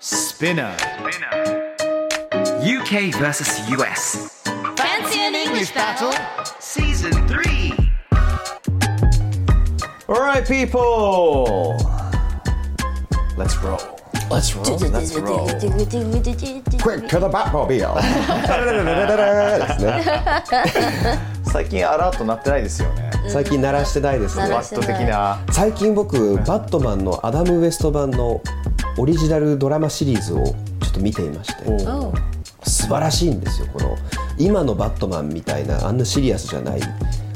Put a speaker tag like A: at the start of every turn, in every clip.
A: Spinner.
B: UK versus US.
C: Fancy an English battle?
B: Season 3.
A: All right, people. Let's roll.
D: Let's roll. Let's roll. Quick to the Batmobile. ですね
A: 最近アラート鳴ってないですよね。
D: 最近鳴らしてないですね
A: バ。ット的な。
D: 最近僕バットマンのアダム・ウエスト版のオリジナルドラマシリーズをちょっと見ていまして素晴らしいんですよこの今のバットマンみたいなあんなシリアスじゃないジ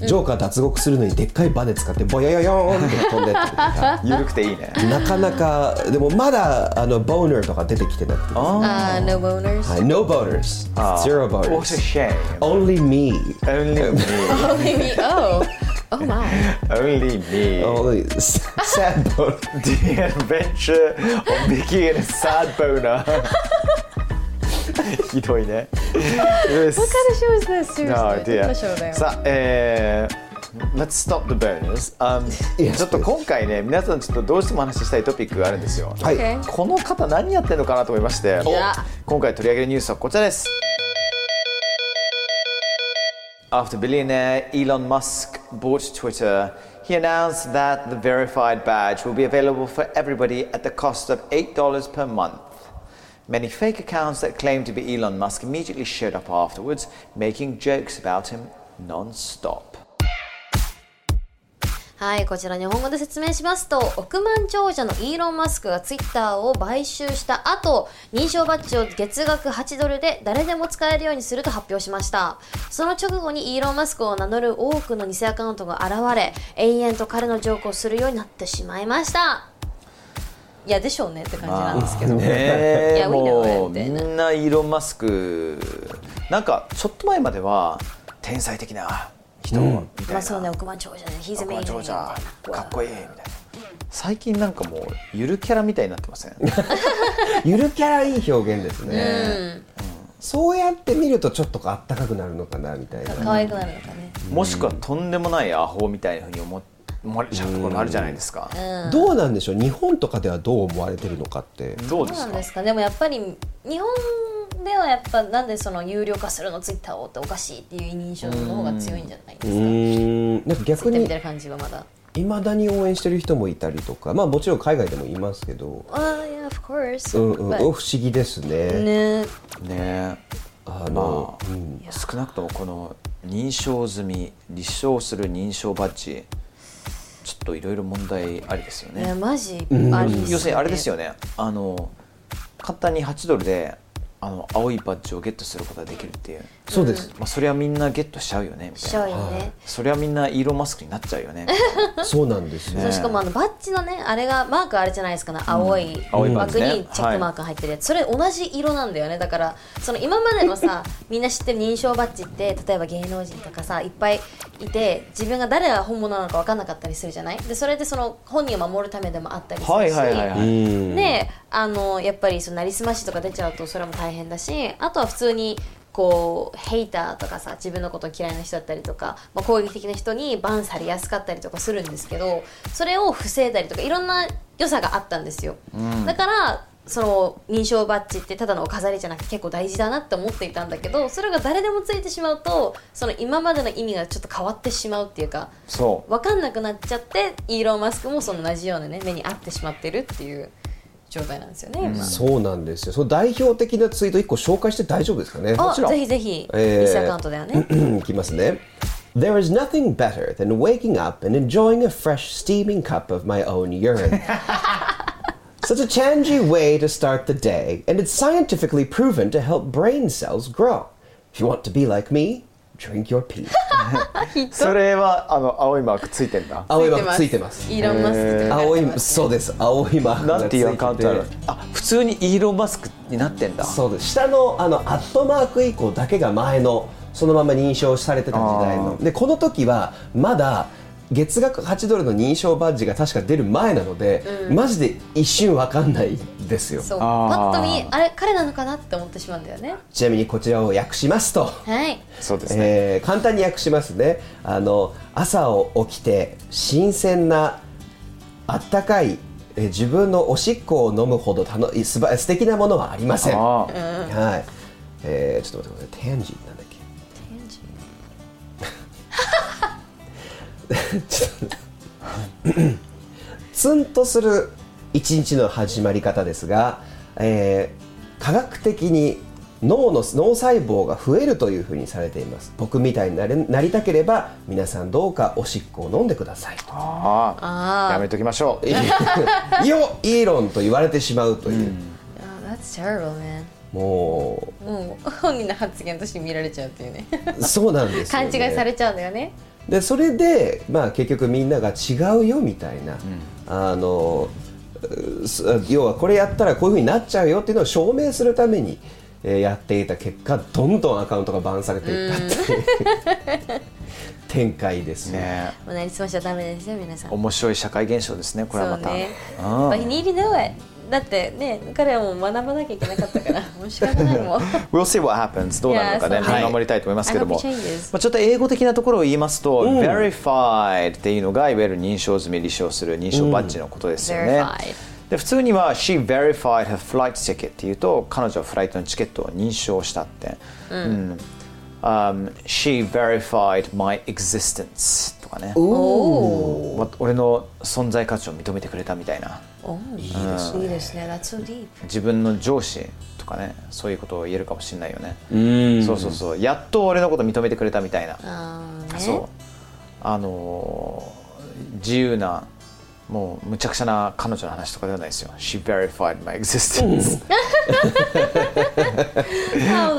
D: ョーカー脱獄するのにでっかいバネ使ってボヨヨヨーンって飛んでったりとか
A: ゆるくていいね。
D: なかなかでもまだあのボーナーとか出てきてなくて、は
C: Uh, no boners.
D: い、No boners Zero
A: What a
D: boners
A: shame.
D: Only me
A: Only me.
C: Only me. Oh. Oh my.
A: Only me.
D: Only sad boners
A: The adventure of Mickey and his sad boner. ひどいね。Yes.
C: What kind of show is this? Seriously.
A: No
C: what kind
A: idea.
C: of show they are?
A: さあ、えー Let's stop the bonus. Um,
D: Yes,
A: ちょっと今回ね、皆さんちょっとどうしてもお話ししたいトピックがあるんですよ。
D: はい
C: Okay.
A: この方何やってるのかなと思いまして、今回取り上げるニュースはこちらです。After billionaire Elon Musk bought Twitter, he announced that the verified badge will be available for everybody at the cost of $8 per month. Many fake accounts that claim to be Elon Musk immediately showed up afterwards, making jokes about him non stop.
E: はい、こちら日本語で説明しますと、億万長者のイーロン・マスクがツイッターを買収した後、認証バッジを月額8ドルで誰でも使えるようにすると発表しました。その直後にイーロン・マスクを名乗る多くの偽アカウントが現れ、延々と彼のジョークをするようになってしまいました。いや、でしょうねって感じなんですけど。
A: ねえ
E: いや
A: もう
E: we know
A: み
E: it
A: んなイーロン・マスクなんかちょっと前までは天才的な人みたい
E: ま
A: な
E: あそうね、億万長者ね。He's
A: 「こ
E: amazing.
A: の長者
E: みたいな
A: かっこいい」みたいな最近なんかもうゆるキャラみたいになってませ ん
D: ゆるキャラいい表現ですね、そうやって見るとちょっとあったかくなるのかなみたいな
E: 可愛くなるのかね。
A: もしくはとんでもないアホみたいなふうに思思われちゃうところあるじゃないですか
D: どうなんでしょう日本とかではどう思われてるのかって
A: どう
E: そ
A: で
E: うな
A: す
E: ん
A: か
E: ですかでもやっぱり日本ではやっぱなんでその有料化するのツイッターをっておかしいっていう印象の方が強いんじゃないですか
D: うーんなんか
E: ツイ
D: 逆
E: ッターみ
D: に
E: たいな感じはまだ
D: いまだに応援してる人もいたりとかまあもちろん海外でもいますけど、
E: ああ、yeah, of course
D: うんうん、不思
E: But-
D: 議ですね
E: ね
A: ね
D: あ
A: え
D: の
A: まあ、少なくともこの認証済み立証する認証バッジちょっといろいろ問題ありですよ
E: い
A: ね
E: やマジあり
A: 要するにあれですよねあの簡単に8ドルであの青いバッジをゲットすることができるっていう、
D: そうです、
A: まあ、それはみんなゲットしちゃうよねみ
E: しちゃ
A: た
E: う
A: いな
E: よね
A: それはみんなイーロン・マスクになっちゃう よね
D: そうなんですね
E: そうしかもあのバッジのねあれがマークあれじゃないですかね青い
A: 青いバッ
E: 枠
A: ジね
E: にチェックマークが入ってるやつそれ同じ色なんだよねだからその今までの さみんな知ってる認証バッジって例えば芸能人とかさいっぱいいて自分が誰が本物なのか分かんなかったりするじゃないでそれでその本人を守るためでもあったりす
A: は
E: る
A: い
E: し
A: はいはいはい、
E: であのやっぱりそのなりすましとか出ちゃうとそれも大変だしあとは普通にこうヘイターとかさ自分のこと嫌いな人だったりとか、まあ、攻撃的な人にバンされやすかったりとかするんですけどそれを防いだりとかいろんな良さがあったんですよ、だからその認証バッジってただのお飾りじゃなくて結構大事だなって思っていたんだけどそれが誰でもついてしまうとその今までの意味がちょっと変わってしまうっていうか
A: そう
E: 分かんなくなっちゃってイーロン・マスクもその同じようなね目に合ってしまってるっていう状態なんですよね、今
D: そうなんですよその代表的なツイート1個紹介して大丈夫ですかね
E: あ
A: ちろん
E: ぜひぜひ、
D: えー
E: リスアカウントだよ ね
D: いきますね。There is nothing better than waking up and enjoying a fresh steaming cup of my own urine. Such a tangy way to start the day, and it's scientifically proven to help brain cells grow. If you want to be like me, drink your pee
A: それはあの青いマークついてんだ
D: 青いマークついてます
E: イーロン・マスクって書
D: 青
E: いて
D: い
E: ます
D: そうです青いマークが
A: なんていうアカウントあるあ普通にイーロン・マスクになってんだ
D: そうです下のあのアットマーク以降だけが前のそのまま認証されてた時代のでこの時はまだ月額8ドルの認証バッジが確か出る前なので、マジで一瞬わかんないですよ
E: そう
A: あー
E: パッと見あれ彼なのかなって思ってしまうんだよね
D: ちなみにこちらを訳しますと、
E: はい
A: そうですね、
D: えー簡単に訳しますねあの朝を起きて新鮮なあったかいえー自分のおしっこを飲むほど楽いすば素敵なものはありません
A: あー
D: はい、えー、ちょっと待ってください、テンジンなんだっけ。ちょっとツンとする一日の始まり方ですが、えー科学的に脳の脳細胞が増えるというふうにされています僕みたいになれなりたければ皆さんどうかおしっこを飲んでくだ さいと
A: ああやめときましょう
D: よイーロンと言われてしまうという、
E: Oh, That's terrible man
D: も
E: もう本人の発言として見られちゃうっていうね
D: うそうなんですよ、
E: 勘違
D: ね、
E: いされちゃうんだよね
D: でそれで、まあ、結局みんなが違うよみたいな、あのうす要はこれやったらこういうふうになっちゃうよっていうのを証明するために、えーやっていた結果どんどんアカウントがバンされていったっていう 展開ですね
A: ね
E: もうなりすましちゃダメですよ皆さん
A: 面白い社会現象ですねこれはまた、
E: そうね
A: う
E: But
A: ん
E: he needed to do it だってね彼はもう学ばなきゃいけなかったからもう仕方ないもん
A: We'll see what happens どうなるのかね、
E: Yeah,
A: 見
E: そうね
A: 守りたいと思いますけども、
E: I hope it changes.
A: まあ、ちょっと英語的なところを言いますと、verified っていうのがいわゆる認証済み立証する認証バッジのことですよね、
E: Verified
A: で普通には She verified her flight ticket っていうと彼女はフライトのチケットを認証したって、うん Um, She verified my existence とかねわ俺の存在価値を認めてくれたみたいな
E: うんいいですねいいですね That's so deep
A: 自分の上司とかねそういうことを言えるかもしれないよねそうそうそうやっと俺のこと認めてくれたみたいな
E: あーね
A: そうあのー自由なもうむちゃくちゃな彼女の話とかではないですよ She verified my existence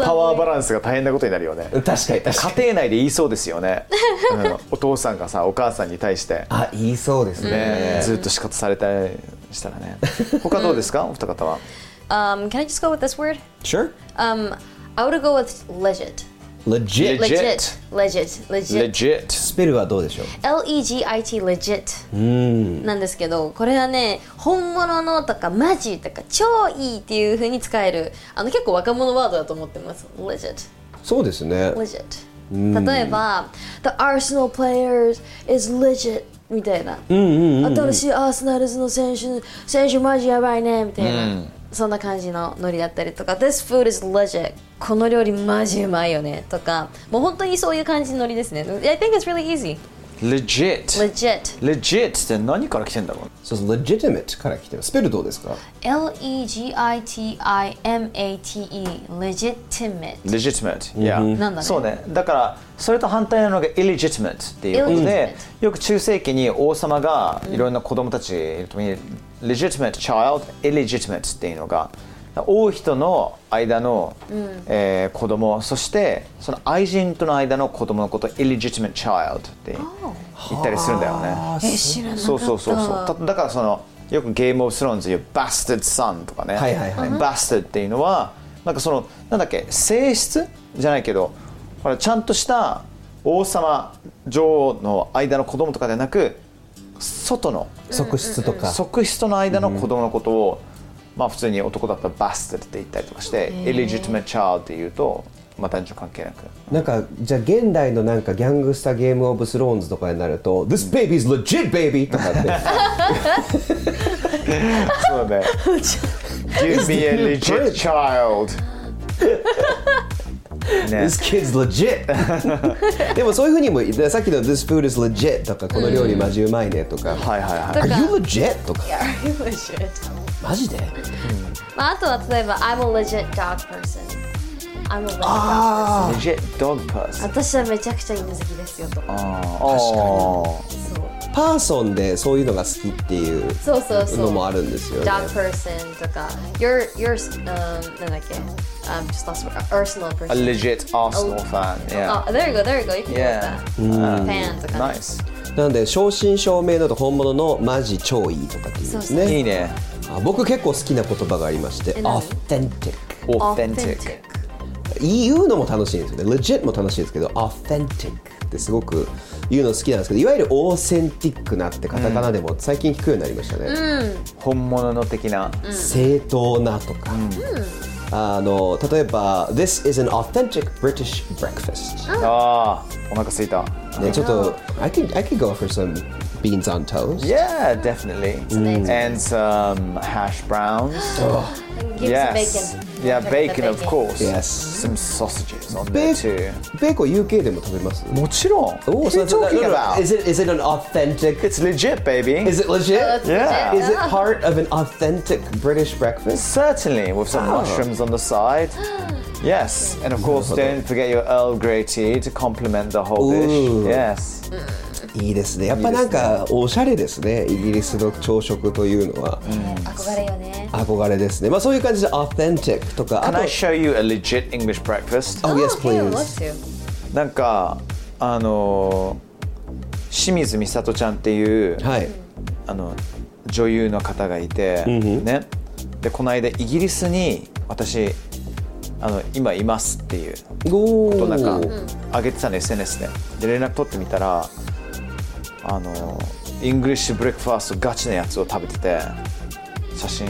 A: パワーバランスが大変なことになるよね
D: 確かに確かに
A: 家庭内で言いそうですよねうんお父さんがさお母さんに対して、
D: あ言いそうですね、
A: ね、ずっと仕方されたりしたらね他どうですかお二方は
E: Um, can I just go with this word?
D: Sure
E: Um, I would go with legit.
D: legit
A: Legit.
E: Legit. Legit.
A: Legit
D: スペルはどうでしょう
E: L-E-G-I-T. Legit. なんですけど、これはね、本物のとかマジとか超いいっていう風に使える、あの結構若者ワードだと思ってます。Legit.
D: そうですね
E: Legit. 例えば、The Arsenal players is legit. みたいな、新しいアーセナルズの選手選手マジやばいねみたいな、そんな感じのノリだったりとか This food is legit この料理マジうまいよねとかもう本当にそういう感じのノリですね I think it's really easy
A: Legit
E: legit
A: Legit って何から来てんだろう
D: そうそう legitimate から来てますスペルどうですか
E: L-E-G-I-T-I-M-A-T-E legitimate
A: legitimate、いや
E: なんだね
A: そうねだからそれと反対なのが illegitimate っていうことで、よく中世紀に王様がいろんな子供たちいるときに legitimate child illegitimate っていうのが多い人の間の、えー子供そしてその愛人との間の子供のことを illegitimate child って言ったりするんだよねそうそうそうそうただからそのよくゲームオブスローンズでいう bastard son とかね、
D: はいはいはい
A: bastard っていうのはなんかそのなんだっけ性質じゃないけどほらちゃんとした王様女王の間の子供とかではなく外の
D: 側室とか、
A: 側室との間の子供のことを、まあ普通に男だったら bastard って言ったりとかして、illegitimate child って言うとまあ男女関係なく
D: なんかじゃあ現代のなんかギャングスターゲームオブスローンズとかになると「This baby is legit baby」と かって
A: そう だね Give me a legit child
D: 「
A: ね
D: This kid's legit」でもそういうふうにもでさっきの「This food is legit」とか「この料理マジうまいね」と
A: は
D: か「
A: い はいはい
D: Are you legit?」とか
E: legit
D: 「マジで?
E: まああとは例えば I'm a legit dog person I'm a legit dog person
A: legit dog person Oh,
E: 私はめちゃくちゃ犬好きですよとか
A: 確かに
E: そう
D: パーソンでそういうのが好きっていう
E: そうそうそう
D: のもあるんですよね
E: dog person とか your your um なんだっけ um just lost my arsenal
A: A
E: person
A: legit Arsenal fan. Yeah.
E: oh there you go there you go you can
A: Yeah. Uh,
E: go with that fan とか
A: Nice.
D: なので正真正銘のと本物のマジ超いいとかっていうんですね
A: Nine.
D: あ僕結構好きな言葉がありまして
E: 何
D: authentic
A: Authentic.
D: 言うのも楽しいんですよね legit も楽しいですけど authentic ってすごく言うの好きなんですけどいわゆるオーセンティックなってカタカナでも最近聞くようになりましたね、
A: 本物の的な。
E: Mm.
D: 正当なとか、あの例えば This is an authentic British breakfast、
A: Ah, ああ、お腹すいた。
D: ね、ちょっと I could, I could go for some beans on toast、
A: Yeah, definitely. And some hash browns.
E: give
A: yes.
E: some bacon
A: Yeah,
E: Protect the
A: bacon, of
E: bacon.
A: course.
D: Yes.
A: Some sausages on
D: ベ
A: there
D: ー
A: too.
D: ベーコン UK でも食べます
A: もちろん。
D: Oh,
A: What are you
D: so
A: talking
D: no, no, no.
A: about?
D: Is it is it an authentic?
A: It's legit, baby.
D: Is it legit?
E: that's
A: Yeah. legit.
D: Is it part of an authentic British breakfast?
A: Certainly, with some
D: Oh.
A: mushrooms on the side. Yes, and of course, don't forget your Earl Grey tea to complement the whole
D: Ooh.
A: dish. Yes.
D: いいですね。やっぱなんかおしゃれですね。イギリスの朝食というのは
E: 憧れよね
D: 憧れですね。まあそういう感じで authentic とかあ
A: Can
D: と
A: I show you a legit English breakfast?
D: Oh yes
E: Oh, okay, I would
D: please.
E: love to.
A: なんかあの清水美里ちゃんっていう、
D: はい。
A: あの女優の方がいて、ね、でこの間イギリスに私あの今いますっていう
D: お
A: となんか
D: ー
A: 上げてたの SNS でで連絡取ってみたらあのイングリッシュブレックファーストガチなやつを食べてて写真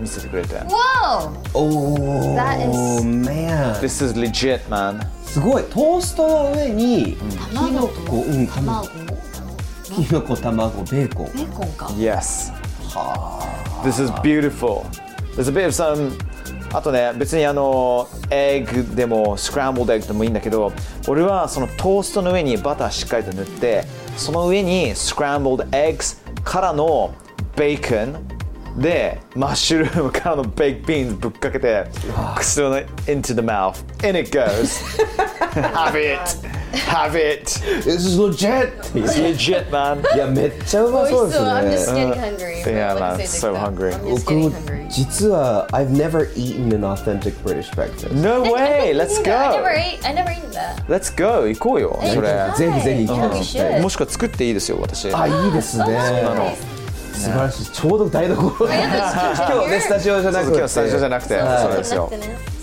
A: 見せてくれて
E: Whoa!
D: お
E: That is-
D: ー man
A: This is legit man
D: すごいトーストの上にきのこうん
E: 卵
D: きのこ卵ベーコン
E: ベーコンか
A: Yes This is beautiful There's a bit of some あとね別にあのエッグでもスクランブルドエッグでもいいんだけど俺はそのトーストの上にバターしっかりと塗ってその上にスクランブルドエッグからのベーコンでマッシュルームからのベイクビーンズぶっかけて口の中 into the mouth in it goes have it have it
D: This is legit!
A: it's legit man
D: いやめっちゃうまそう
E: Oh, so
D: で
E: I'm
D: す
E: just
D: ね
E: getting hungry. from
A: Yeah,
E: what
A: man,
E: you
A: I'm
E: said just
A: so
E: now.
A: hungry.
E: I'm just
D: 僕
E: getting hungry.
D: 実は I've never eaten an authentic British breakfast
A: No way let's
E: Yeah, I never
A: go
E: ate. I never eaten that.
A: Let's go 行こうよそれ
D: ぜひぜひ行き
E: Yeah,
D: ま
E: we
D: しょう
E: should.
A: もしくは作っていいですよ私
D: あいいですね素晴らしいちょうど台所今日ねスタジオじゃなくて
A: 今日スタジオじゃなくてそうですよ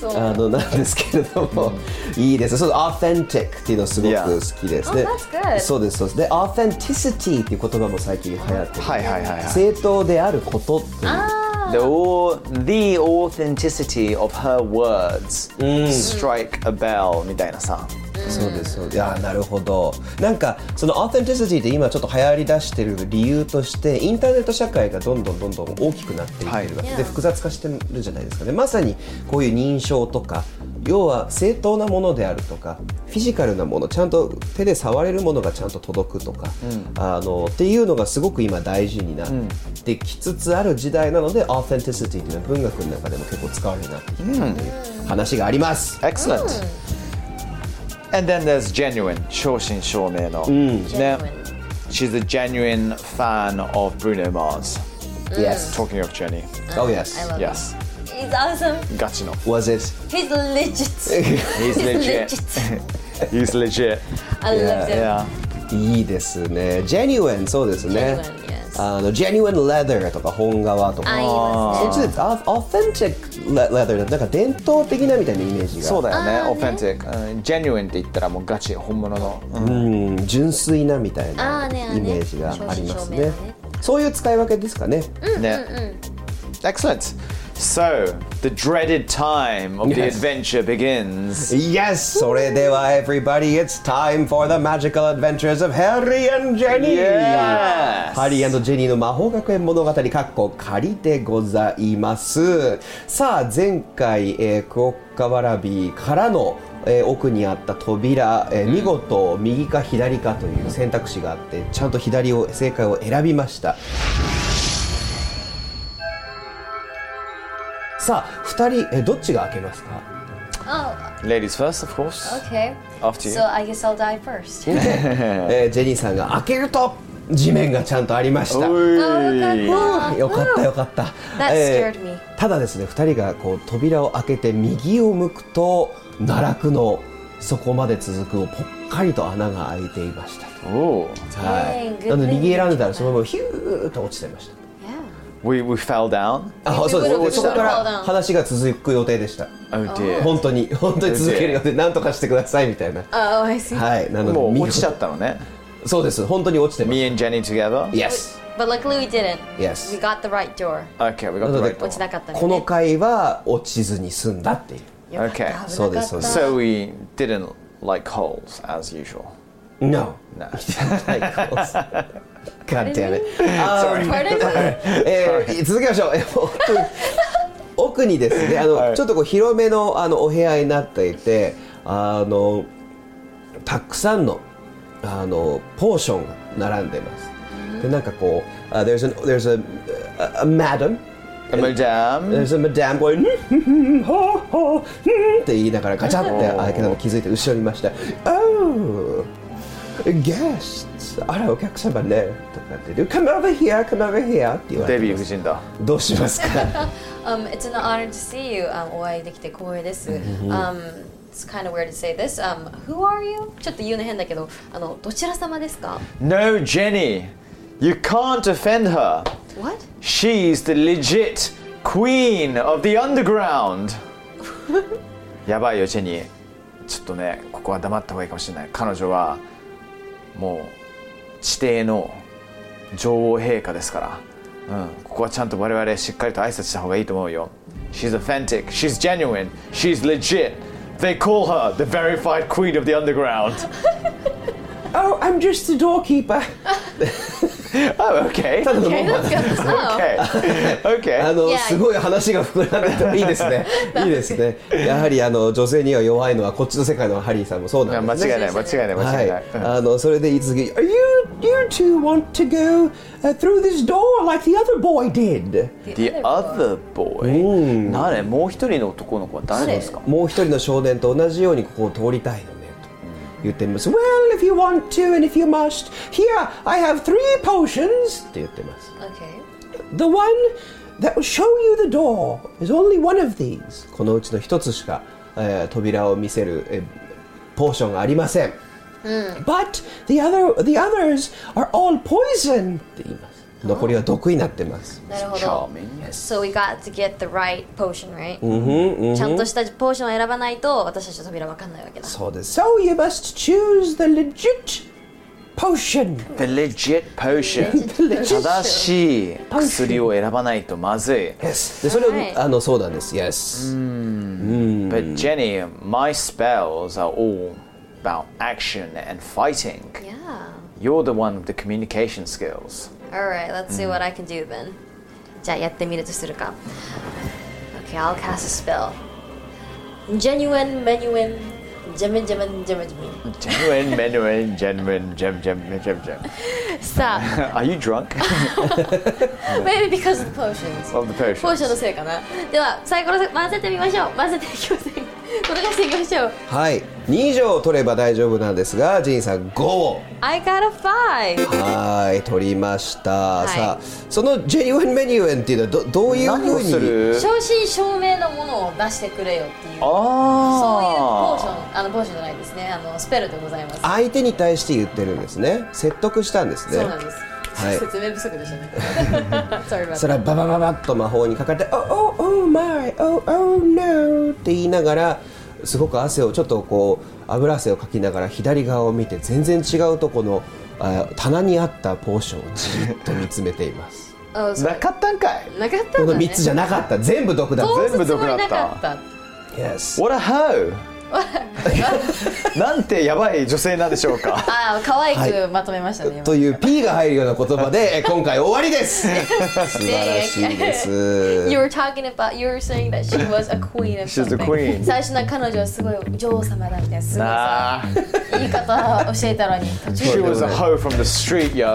A: Uh.
D: あのなんですけれども、 いいですねそうアフェンティックっていうのすごく
A: Yeah.
D: 好きですね
E: Oh, that's good.
D: そうですそうですでアフェンティシティっていう言葉も最近流行ってる
A: はいはいはいはい
D: 正当であることっていう
E: Ah,
A: The, au- the authenticity of her words strike a bell みたいなさ
D: そうですそうですいやーなるほどなんかそのアフェンティシティって今ちょっと流行りだしてる理由としてインターネット社会がどんどんどんどん大きくなっていってるわけで、
E: はい
D: 複雑化してるじゃないですかねまさにこういう認証とか要は正当なものであるとかフィジカルなものちゃんと手で触れるものがちゃんと届くとか、あのっていうのがすごく今大事になってきつつある時代なので、アフェンティシティっていうのは文学の中でも結構使われるようになってきたという話があります。
A: Excellent And then there's genuine 正真正銘の、ね She's a genuine fan of Bruno Mars
D: Yes.
A: Talking of Jenny
D: Oh yes.
E: I love
A: Yes
E: He's awesome.
A: ガチの
D: Was it?
E: He's legit.
A: He's legit He's legit
E: I love him.
A: Yeah
D: いいですね。Genuine そうですね。
E: Genuine, yes.
D: あの Genuine leather とか本革と
E: あ
D: か。
E: いいます
D: そっちで au- Authentic le- leather だとなんか伝統的なみたいなイメージが。
A: そうだよね、オフェンティック、うん、ジェニュエンって言ったらもうガチ、本物の。うん
D: うん純粋なみたいな
E: あーねあーね
D: イメージがありま
E: 正
D: す
E: 真正銘
D: ね
E: のね。
D: そういう使い分けですかね。
A: ね。Excellent! So, the dreaded time of the
D: Yes.
A: adventure begins.
D: Yes! それでは everybody, it's time for the magical adventures of Harry and Jenny!
A: Yes.
D: ハリージェニーの魔法学園物語かっこ仮でございますさあ前回、えークオッカワラビーからの、えー奥にあった扉、えー見事右か左かという選択肢があってちゃんと左を正解を選びましたさあ2人、えーどっちが開けますか
E: Oh,
A: Ladies first, of course.
E: okay.
A: After you.
E: So I guess I'll die first.
D: えージェニーさんが開けると地面がちゃんとありました。
A: oh,
D: よかったよかった
E: That
D: え
E: scared me.
D: ただですね2人がこう扉を開けて右を向くと奈落の底まで続くをぽっかりと穴が開いていましたと
A: Ooh.
D: はい、
E: Dang,
D: なので
E: good
D: 右選んでたらそのままヒューッと落ちてました
A: We, we fell down.
D: あそうですそこか
E: Well
D: ら
E: done.
D: 話が続く予定でした
A: Oh dear.
D: 本当に本当に続ける予定なんとかしてくださいみたいな
E: Oh, I see.
D: はいなので
A: もう
D: 見
A: 落ちちゃったのね。
D: 事そうです本当に落ちてま
A: Me and Jenny together.
D: す Yes
E: But luckily we didn't.
D: Yes.
E: We got the right door.
A: Okay, we got
D: な
A: the
D: の
A: right
D: で
A: door.
E: 落ちなかったね
D: この回は落ちずに済んだっていう
A: Okay.
D: そうですそうです
A: So we didn't like holes as usual.
D: No.
A: No.
D: God damn it.
E: Pardon me?
D: えー続けましょう。えー奥に奥にですね、あの、
A: はい
D: ちょっとこう広めのあのお部屋になっていて、あのたくさんのあのポーションが並んでます。でなんかこう、あ there's an there's a a, a madam
A: A madam.
D: there's a madam going ふんふんふんほうほうふんって言いながらガチャって開けたの気づいて後ろにいました「Oh guests あらお客様ね」とかって「Come over here come over here」って言われ
A: デ
D: て
A: ビュー夫人だ。
D: どうしますか
E: Um, it's an honor to see you. Um, お会いできて光栄です。Um,
A: Mm-hmm.
E: it's kind of weird to say this. Um, who are you? ちょっと言うの変だけど、あのどちら様ですか
A: No, Jenny. You can't offend her.
E: What?
A: She's the legit queen of the underground. やばいよ、ジェニー。ちょっとね、ここは黙った方がいいかもしれない。彼女は、もう、地底の女王陛下ですから。うん、ここはちゃんと我々しっかりと挨拶した方がいいと思うよ。She's authentic, she's genuine, she's legit. They call her the verified queen of the underground.
D: ?Oh I'm just the doorkeeper
A: Oh, okay.
D: ただのもう
A: Okay. Okay.
D: あの
E: Yeah.
D: すごい話が膨らんでていいですねいいですねやはりあの女性には弱いのはこっちの世界のハリーさんもそうなんですね
A: 間違いない、間違いない、間
D: は
A: 違い
D: い
A: ない。、
D: あのそれで言い続け「You, you two want to go uh, through this door like the other boy did
A: The other boy? 誰もう一人の男の子は誰ですか」
D: もう一人の少年と同じようにここを通りたいよねと言ってます「Well, if you want to and if you must, here I have three potions」って言ってます
E: Okay.
D: The one that will show you the door is only one of these このうちの一つしか、えー扉を見せる、えーポーションがありません、But the, other, the others are all poison って言います残りは毒になってます
E: なるほど。
A: Charming.
E: So we got to get the right potion, right? ちゃんとしたポーションを選ばないと私たちの扉わかんないわけだ。
D: そうです So you must choose the legit potion
A: The legit potion.
D: The legit
A: 正しい薬を選ばないとまずい。
D: Yes でそれを、
E: はい
D: あのそうなんです Yes
A: But Jenny, my spells are all about action and fighting.
E: Yeah.
A: You're the one with the communication skills.
E: Alright, let's see what I can do then. じゃあやってみるとするか。Okay, I'll cast a spell. Genuine, menuine, gemin, gemin, gemin, gemin.
A: Genuine, genuine, genuine, gem, gem, gem, gem.
E: Stop.
A: Are you drunk?
E: Maybe because of the potions.
A: Of the potions.
E: ポーションのせいかな。では、サイコロせ混ぜてみましょう。混ぜていきません。転がしていきましょう。
D: はい2以上取れば大丈夫なんですがジンさん5を
E: I got a five!
D: はい、取りました。
E: い
D: さあ、そのジェニュエンメニュエンっていうのはどどういう
A: 何をす
D: ふうに
A: る
E: 正真正銘のものを出してくれよっていう。そういうポーシ
A: あ
E: ョン、あのポーションじゃないですね。あのスペルでございます。
D: 相手に対して言ってるんですね。説得したんですね。
E: そうなんです。
D: い
E: 説明不足でしたね。Sorry about that.
D: それはババババッと魔法にかかって「Oh, oh, oh my, oh, oh no」って言いながらすごく汗をちょっとこう油汗をかきながら左側を見て全然違うとこのあ棚にあったポーションをじっと見つめています。
E: あ
A: あ。
E: そう
A: なかったんかい
E: なかった
D: こ
E: んだ、ね、
D: の3つじゃなかった全部毒だった
E: どう
A: 全部
E: すつもりな
A: 毒だ
E: か
A: っ
E: ったた
D: Yes
A: What a hoe! なんてやばい女性なんでしょうか。
E: ああ可愛
D: は
E: くまとめましたね、今
D: という P が入るような言葉 でえ今回終わりです素晴らしいです
E: You were talking about you were saying that she was a queen of
A: She's a
E: something
A: queen.
E: 最初の彼女はすごい女王様だみたい なすごいさ
A: あ
E: 言い方を教えたのに途中
A: She was a hoe from the street, yo.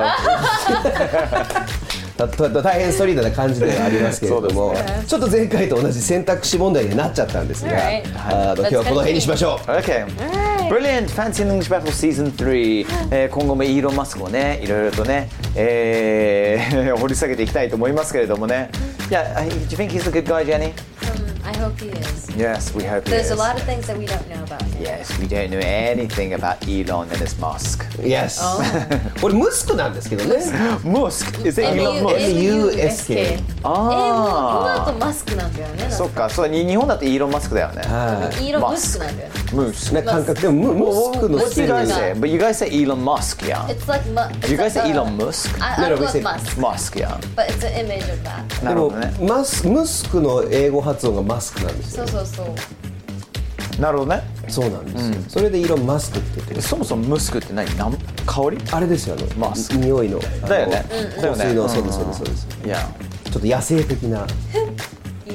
D: たたた大変ストリートな感じではありますけれども、ちょっと前回と同じ選択肢問題になっちゃったんですが、
E: Alright.
D: あの今日はこの辺にしましょう
A: Okay.
E: Alright
A: Brilliant! Fancy and English Battle Season 3、えー今後もイーロン・マスクをね、いろいろとね、えー 掘り下げていきたいと思いますけれどもね。Yeah, I- do you think he's a good guy, Jenny?
E: Um, I hope he is.
A: Yes, we hope he
E: There's
A: is.
E: a lot of things that we don't know about him.
A: Yes, we don't know anything about Elon and his Musk.
D: Yes これムスクなんですけどね
A: Musk? Is it Elon Musk?
D: MUSK
E: えー、もうこの
A: あ
E: 後マスクなんだよね。
A: あ、そっか、そうに日本だってイーロン・マスクだよね。
D: は
E: イーロン・ムスクなんだよね。
A: い。ムース。
D: い感覚でもムムスクの
A: What do you
D: に
A: guys say? But you guys say Elon Musk, yeah?
E: It's like mu- it's
A: Do you guys
E: like
A: say
E: a- uh,
A: Elon Musk?
E: I, I
D: No, no, we
E: love
D: say-
E: Musk,
A: Musk, yeah.
E: but it's an image of that.
A: な
D: で
A: るほ
D: も
A: どね。
D: マスムスクの英語発音がマスクなんですよ
E: そうそうそう。
A: なるほどね。
D: そうなんですよ、それでイーロン・マスクって言ってる
A: そもそもムスクって何なん香り
D: あれですよあの
A: マスク
D: 匂いのあの
A: だよねだよね
D: 香水
A: う
D: の
A: ん
D: そうですそうですそうです
A: いや。
D: ちょっと野生的な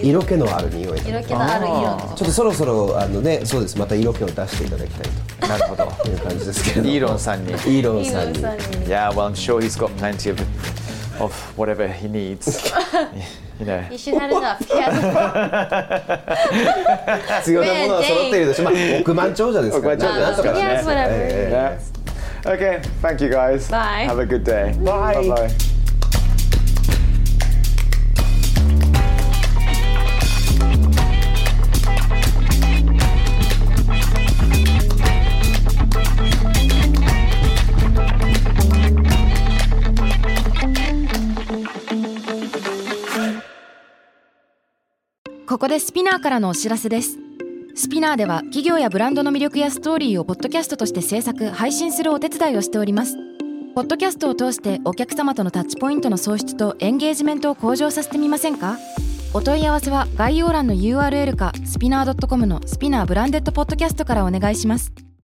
D: 色気のある匂いちょ
E: 色気のあるイーロンとか。
D: っとそろそろあのねそうですまた色気を出していただきたい
A: なるほど。
D: という感じですけれども
A: イーロンさんに。
D: イーロンさんに
A: Yeah, well, I'm sure he's got plenty of, of whatever he needs. you know.
E: You should have enough. He has
D: 必要なものは揃っているでしょ、まあ、億万長者ですから
A: 億万長者ですからね
E: he has whatever.
A: Yeah. Okay, thank you guys.
E: Bye.
A: Have a good day. Bye. Bye.
F: Spotify ここでスピナーからのお知らせですスピナーでは企業やブランドの魅力やストーリーをポッドキャストとして制作配信するお手伝いをしておりますポッドキャストを通してお客様とのタッチポイントの創出とエンゲージメントを向上させてみませんかお問い合わせは概要欄の URL かスピナー .com のスピナーブランデッドポッドキャストからお願いします